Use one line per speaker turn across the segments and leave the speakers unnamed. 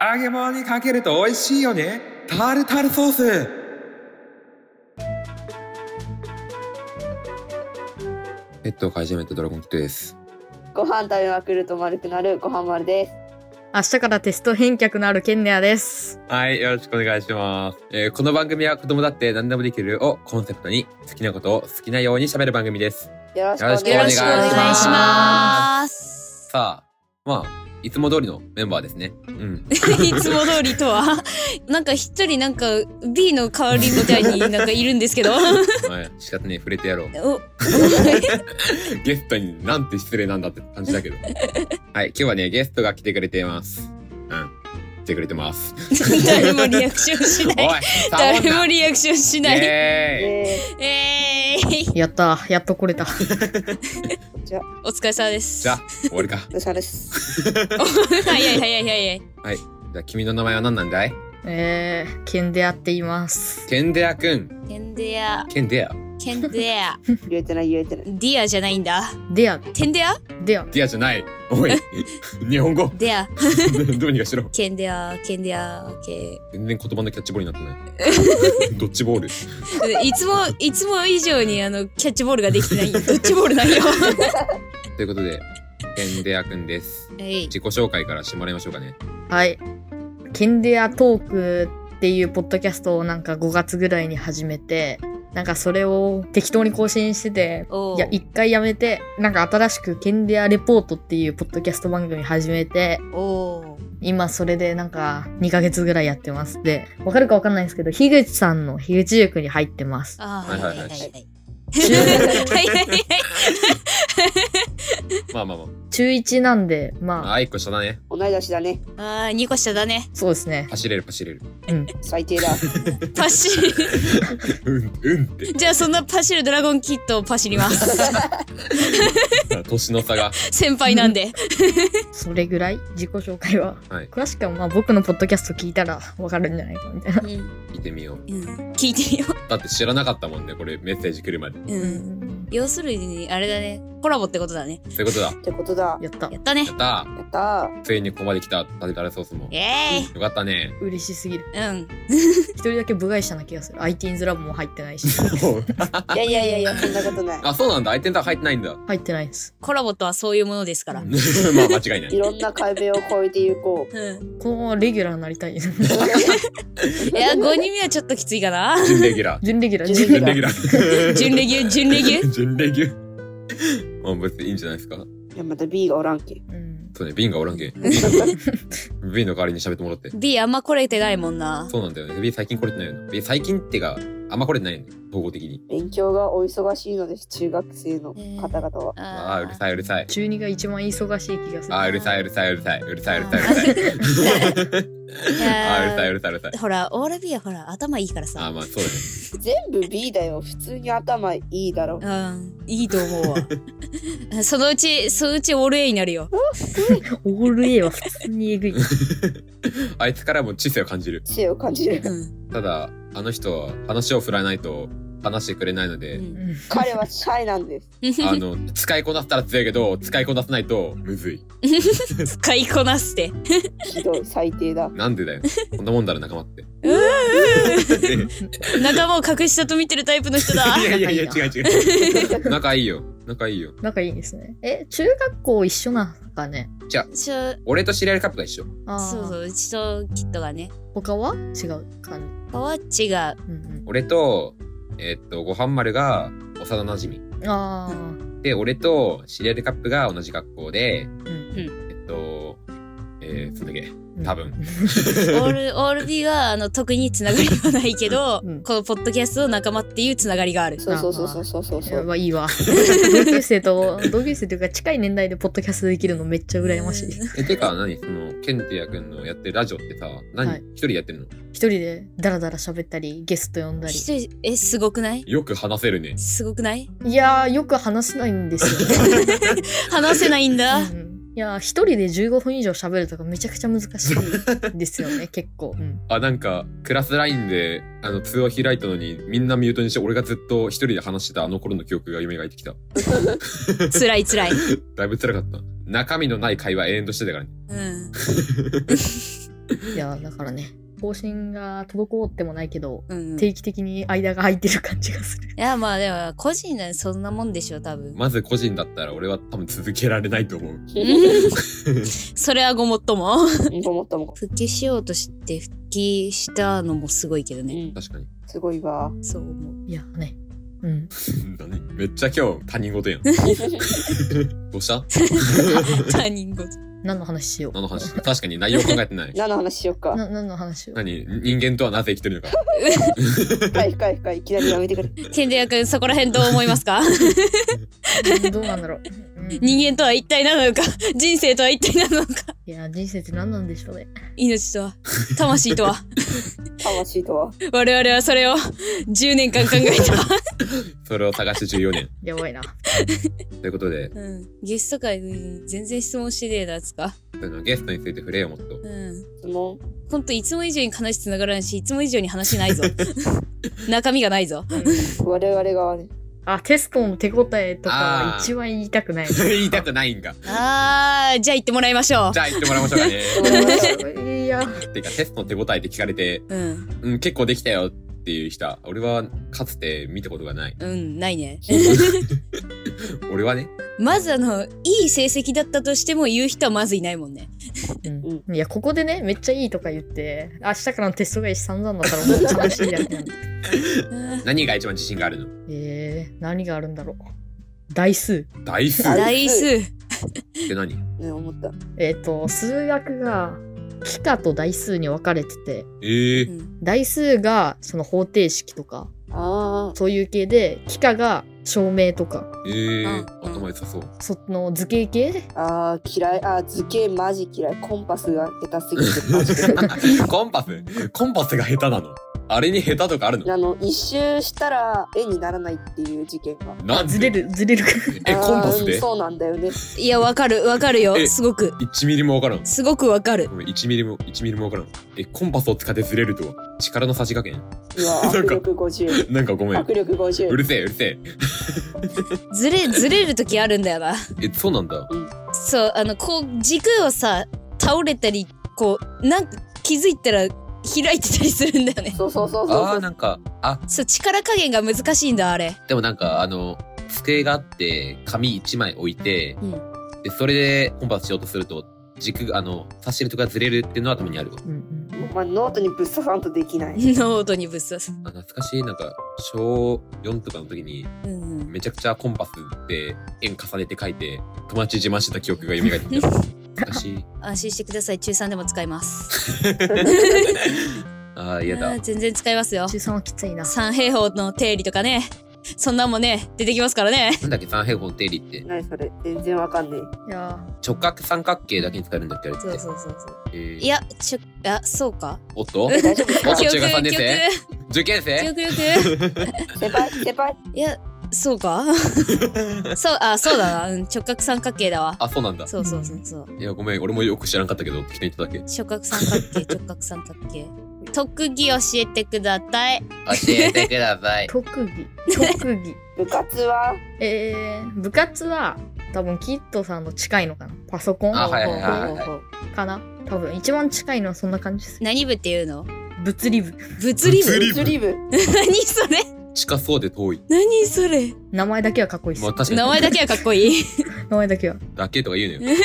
揚げ物にかけると美味しいよねタルタルソースペットを飼い始めたドラゴンキットです
ご飯食べまくると丸くなるご飯丸です。
明日からテスト返却のあるケンネアです。
はいよろしくお願いします、えーこの番組は子供だって何でもできるをコンセプトに好きなことを好きなように喋る番組です
よろしくお願いし
よろ
ま
し
す。
くお願いし
ます。
さあまあいつも通りのメンバーですねうん
いつも通りとは。なんか一人なんか B の代わりみたいになんかいるんですけ ど。
はい仕方ねえ触れてやろう
お
ゲストになんて失礼なんだって感じだけどはい今日はねゲストが来てくれていますうん来てくれてます
誰もリアクションし ない。
おいサボん
誰も
な
リアクションしな
イ
い。
エ
え
えー、
やった、やっと来れた。
お疲れ様で
ー
す。
じ ゃあ終わりか
ー、お疲れです。
早い早い早い。
じゃあ君の名前は何なんだい
えー、ケンネアって言います。
ケンデアくん
ケンデア、
ケンデア
ケンデア、
言えてない言えてない。
ディアじゃないんだ。
でや、
テンデア
でや、
ディアじゃないおい日本語
デア、
どうにかしろ
ケンデア、ケンデア、ケ
全然言葉のキャッチボールになってない ドッジボール
いつも、いつも以上にあの、キャッチボールができてない。ドッジボールなん よ。
ということでケンデアくんです
はい。
自己紹介からしてもらいましょうかね
はい。ケンデアトークっていうポッドキャストをなんか5月ぐらいに始めて、なんかそれを適当に更新してて、
お
いや、
ー
一回やめて、なんか新しくケンデアレポートっていうポッドキャスト番組始めて、
おー
今それでなんか2ヶ月ぐらいやってます。で、わかるかわかんないんですけど、樋口さんの樋口塾に入ってます。
あー
はいはいはい
はい。はいはいはい。
まあまあま
中1なんで、
あ
まあ、
ああ一個下だね
同い年だね。
ああ、2個下だね。
そうですね。
走れる走れる
最低だ。
パシ リ。
うんうんって
じゃあそんなパシるドラゴンキットをパシり ます。
年の差が
先輩なんで。
それぐらい自己紹介は、
はい
詳しくはまあ僕のポッドキャスト聞いたらわかるんじゃないかみたいな、
うん
見てみよう
うん聞いてみよ
だって知らなかったもんねこれメッセージ来るまで
う。うん。要するに、あれだね。コラボってことだね。
そういうことだ
ってことだ。
やった
やったね
や。った
やったー。
ーついにここまで来たタルタルソースも
イ
よ
エーイ。
かった ね
嬉しすぎる
うん。
一人だけ部外者な気がする IT インズラボも入ってないし
いやいやいやいや、そんなことない。
あそうなんだ相手の差入ってないんだ
入ってないです
コラボとはそういうものですから。
う
うんん。
まあ間違いない
いろんな壁を越えていこ
このままレギュラーになりたい
いや、5人目はちょっときついかな。
準レギュラー
準レギュラー
準
準
準レ
レ
レギ
ギュラー
準レギュ、準レギ ュ。
準レギュまあ別にいいんじゃないですか
う。いや、また B がおらん け。
ュうん
そうね瓶がおらんけ B の代わりに喋ってもらって
B あんま来れてないもんな。
そうなんだよね B 最近来れてないよね B 最近ってかあんま来れてないよね統合的に
勉強がお忙しいのです、中学生の方々は。
あーうるさいうるさい
中2が一番忙しい気がする
あーうるさいうるさいうるさいうるさいうるさいうる さい
い
あ
やー
ーうるさいうるさいうるさい
ほら、オーラビはほら、頭いいか
あ
ら
ー
さ。
まあそうだね
全部 B だよ。普通に頭いいだろ。
うん、いいと思うわ。 そのうち、そのうちオール A に なるよ。
オール A は普通にえぐい
あいつからも知性を感じる
知恵を感じる。
うん。
ただあの人は話を振らないと話してくれないの
う
で、
ん
彼はシャイなんです。
あの使いこなせたら強いけど使いこなせないとむずい
使いこなして。
ひどい、最低だ。
なんでだよ こんなもんだろ仲間って
仲間を隠し里見てるタイプの人だ
い。やいやいや違う違 う仲いいよ仲いいよ
仲いいですねえ中学校一緒なんかね
ちょ
俺と知り合いカップが一緒
あー
そうそう、うちとキットがね。
他は違う感
パワッチが、
じ、うん
俺とえーっとごはん丸が幼なじみ
うん、あー
で俺と知り合いカップが同じ学校で
うん
えっとえー、そんだけ
うん
多分
オール、オール B は、あの、特につながりはないけど、
うん
このポッドキャストの仲間っていうつながりがある。
そうそうそうそうそうそうそ
や
う。
ばいいわ同級生と同級生というか近い年代でポッドキャストできるのめっちゃ羨ましい
うん
えてか何そのケンティヤ君のやってるラジオってさ何、
はい
一人でやってるの
一人でダラダラ喋ったりゲスト呼んだり
一人、え、すごくない
よく話せるね
すごくない
いやーよく話せないんですよ、ね
話せないんだ。
う んいやー一人で15分以上喋るとかめちゃくちゃ難しいですよね結構、うん
あなんかクラスラインであの通話開いたのにみんなミュートにして俺がずっと一人で話してたあの頃の記憶が夢がいてきた
辛い辛い。
だいぶ辛かった中身のない会話永遠としてたからね
うん。
いやだからね更新が滞ってもないけど
うん、い
定期的に間が空いてる感じがする
やまあでも個人なんでそんなもんでしょ多分
まず個人だったら俺は多分続けられないと思う。
それはごもっとも
思ったもん
復帰しようとして復帰したのもすごいけどね、
確かに。
すごいわ。
そう思う
いやねうん
だね。めっちゃ今日他人事や ん。どうした
他人事
何の話しよう
何の話確かに内容考えてない。
何の話しようか。
な何の話しよう
何人間とはなぜ生きてるのか。
深い深い深い。いきなりやめてくれ。
ケンデヤ君そこら辺どう思います か
うんどうなんだろう、うん
人間とは一体なのか人生とは一体なのか
いや人生って何なんでしょうね
命とは魂とは
魂とは。
我々はそれを10年間考えた、
それを探して14年。
やばいな
ということで、
うん、ゲスト会に全然質問してねえなつか
そのゲストについて触れよ、もっと。
うん
質問。
ほんといつも以上に話つながらんしいつも以上に話ない ぞ中身がないぞ
我々側ね。
あテストの手応えとかは
あー
一番言いたくない
言いたくないんか。
あーじゃあ言ってもらいましょう
じゃあ言ってもらいましょうかね。
いや
てか、テストの手応えって聞かれて、
うん
うん、結構できたよっていう人は、俺はかつて見たことが ない。
うんないね
俺はね、
まずあのいい成績だったとしても言う人はまずいないもん ね
うんいやここでねめっちゃいいとか言って明日からのテストが散々だったらもう楽しいだけなん だ
あ
何が一番自信があるの
えー、何があるんだろう台数
台数
ー
っ
台数
て何
ね、思った。
えっ、と数学が幾何と台数に分かれてて
ええ
うん
台数がその方程式とか
ああ。
そういう系で幾何が証明とか
ええ
うん
頭良さそう。
その図形系
ああ、嫌い。ああ、図形マジ嫌い。コンパスが下手すぎてマジ で。
コンパスコンパスが下手なのあれに下手とかあるの
あの、一周したら絵にならないっていう事件が。
なんで
ずれるずれる
え、
あー
コンパス
うん
で
そうなんだよね。
いやわかるわかるよ
え
すごく
?1 ミリもわからん。
すごくわかる
ごめん、1ミリも、1ミリもわからん。え、コンパスを使ってずれるとは力の差し加減
うわ、
なん
握
か
力50。
なんかごめん。
握力
う
50。
るせえ、うるせえ。
ずれ ずれる時あるんだよな
え、そうなんだ。
そうあのこう軸をさ倒れたりこうなんか気づいたら開いてたりするんだよね
そうそうそう
あ
そ
ー、
う。
なんか、あ、
そう力加減が難しいんだあれ
でもなんか、あの、机があって、紙1枚置いて、
うん
で、それでコンパスしようとすると、軸が、あの、差し入れとかずれるっていうのは頭にあるわ。
うんうん
まあ、ノートにぶっ刺さんとできない。
ノートにぶっ刺す、
あ懐かしい、なんか、小4とかの時に、
うんうん、
めちゃくちゃコンパスで円重ねて書いて、友達自慢してた記憶が蘇ってきた。懐かしい。
安心してください中3でも使います
ああ、嫌
あ
だ
ー。全然使いますよ
中3はきついな
三平方の定理とかねそんなんもね出てきますからね
なんだっけ、三平方の定理って。
何それ全然わかんね
いや
直角三角形だけに使えるんだっけ、あれって。
そうそうそうそう
えー
いやちょあそうか
おっと
え。大丈夫で すか
あ
記憶
中学三年
記憶
生受験
記
生
憶力
先輩先輩
いやそう かそうあそうだな、うん、直角三角形だわ
あ、そうなんだ。
そうそうそうそう
いや、ごめん、俺もよく知らんかったけど、適当に言っただけ。
直角三角形直角三角形特技教えてください
教えてください。
特技特技
部活は
えー、部活は多分キッドさんの近いのかなパソコン
あはいはいはいはい
かな多分一番近いのはそんな感じでする
何部っていうの
物理部
物理部
物理部
物理部
何それ
近そうで遠い。
何それ
名前だけはかっこいいっす
まあ、確かに。
名前だけはかっこいい
名前だけは
だけとか言うのよ。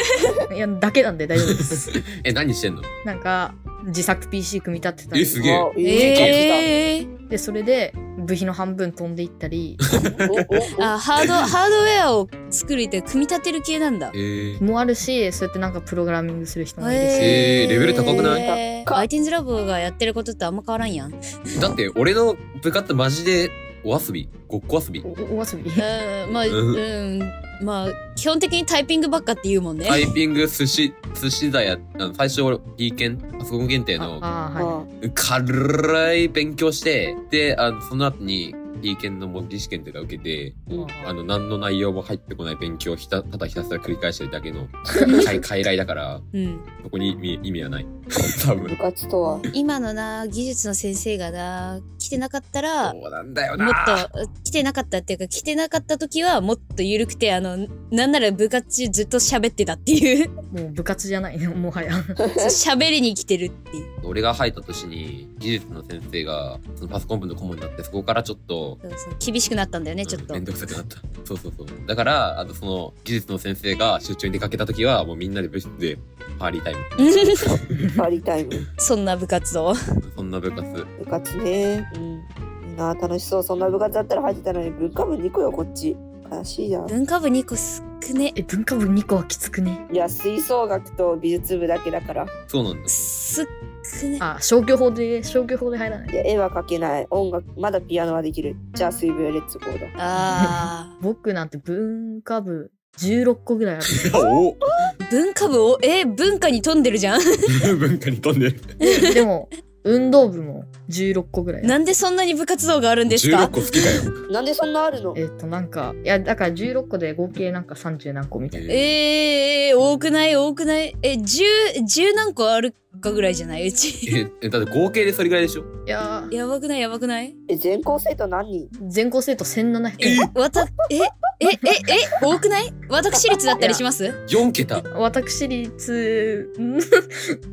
いやだけなんで大丈夫です
え、何してんの
なんか自作 PC 組み立てた
え、
り
すげえ。
あえ
えー、
でそれで部費の半分飛んでいったり
ー、おおお
あハードハードウェアを作りて組み立てる系なんだ
えー、
もあるしそうやってなんかプログラミングする人もいるし、
えーレベル高くない
いアイテンズラボがやってることってあんま変わらんやん。うん、
だって、俺の部活マジで、お遊びごっこ遊び
おお遊び
まあ、
うん
うん、まあ、基本的にタイピングばっかって言うもんね
タ。イピング、寿司、寿司だや、あの最初俺、E 券、パソコン限定の
ああーはい
あ
軽い勉強して、で、あの、その後に、いい県の模擬試験とか受けて、
うん
あの、何の内容も入ってこない勉強をひた、ただひたすら繰り返してるだけの、 快快来だから、
うん。
そこに意味意味はない。 多
部
分。
活とは。
今のな、技術の先生がな、来てなかったら、も
そうなんだよな。
っと、来てなかったっていうか、来てなかった時は、もっと緩くて、あの、なんなら部活中ずっと喋ってたってい う。
もう部活じゃないね、もはや。
そう喋りに来てるっていう。
俺が入った年に、技術の先生が、そのパソコン部の顧問になって、そこからちょっと、
そうそう厳しくなったんだよね、ちょっと。
うんめんどくさくなった。そうそうそう。だから、あとその、技術の先生が出張に出かけた時は、もうみんなで部室で、パーリータイム。
パリタイム。
そんな部活を。
そんな部活。
部活ね。いいな楽しそう。そんな部活だったら入ってたのに文化部に行くよこっち。悲しいじゃん。
文化部2個少ね。
え、文化部2個はきつくね。
いや吹奏楽と美術部だけだから。
そうなんだ。
少ね。
あ、消去法で、消去法で入らない
い。や絵は描けない。音楽まだピアノはできる。じゃあ水分レッツゴーだ。
あ
僕なんて文化部16個ぐらいある。
お
ー。文化部を、え、文化に飛んでるじゃん。
文化に飛んでる。
でも、運動部も16個ぐらいある。
なんでそんなに部活動があるんですか
16個好きかよ。
なんでそんなあるの？
えっと、なんか、いや、だから16個で合計なんか30何個みたいな。
えー、多くない多くないえ10 10何個あるかぐらいじゃない うち
え、えだって合計でそれぐらいでしょ
いやー、
やばくないやばくない
え全校生徒何人？
全校生徒1700
えわたええええ多くない私立だったりします
4桁
私立、 ん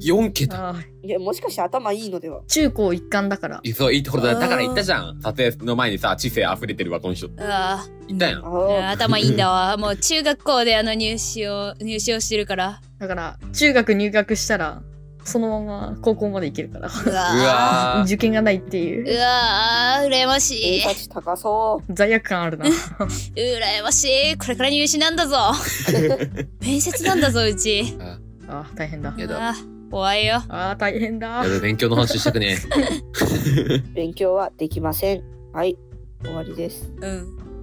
4桁
あー
いやもしかして頭いいのでは。
中高一貫だから。
いそういいところだ
あー
だから言ったじゃん撮影の前にさ知性溢れてるわこの人
あ
言ったやん
あ
ー
ー
あー頭いいんだ わもう中学校であの入試を入試をしてるから
だから、中学入学したら、そのまま高校まで行けるから。
うわ
うわー
受験がないっていう
う。わー羨まし
偏差
い
値高そ
罪悪感あるな。
羨ましいこれから入試な んだぞ面接なんだぞうち
あー大変だ。
やだ
あー怖いよ
あー大変だ
や。べ勉強の話したくねえ
う。勉強はできません。はい終わりです。
うん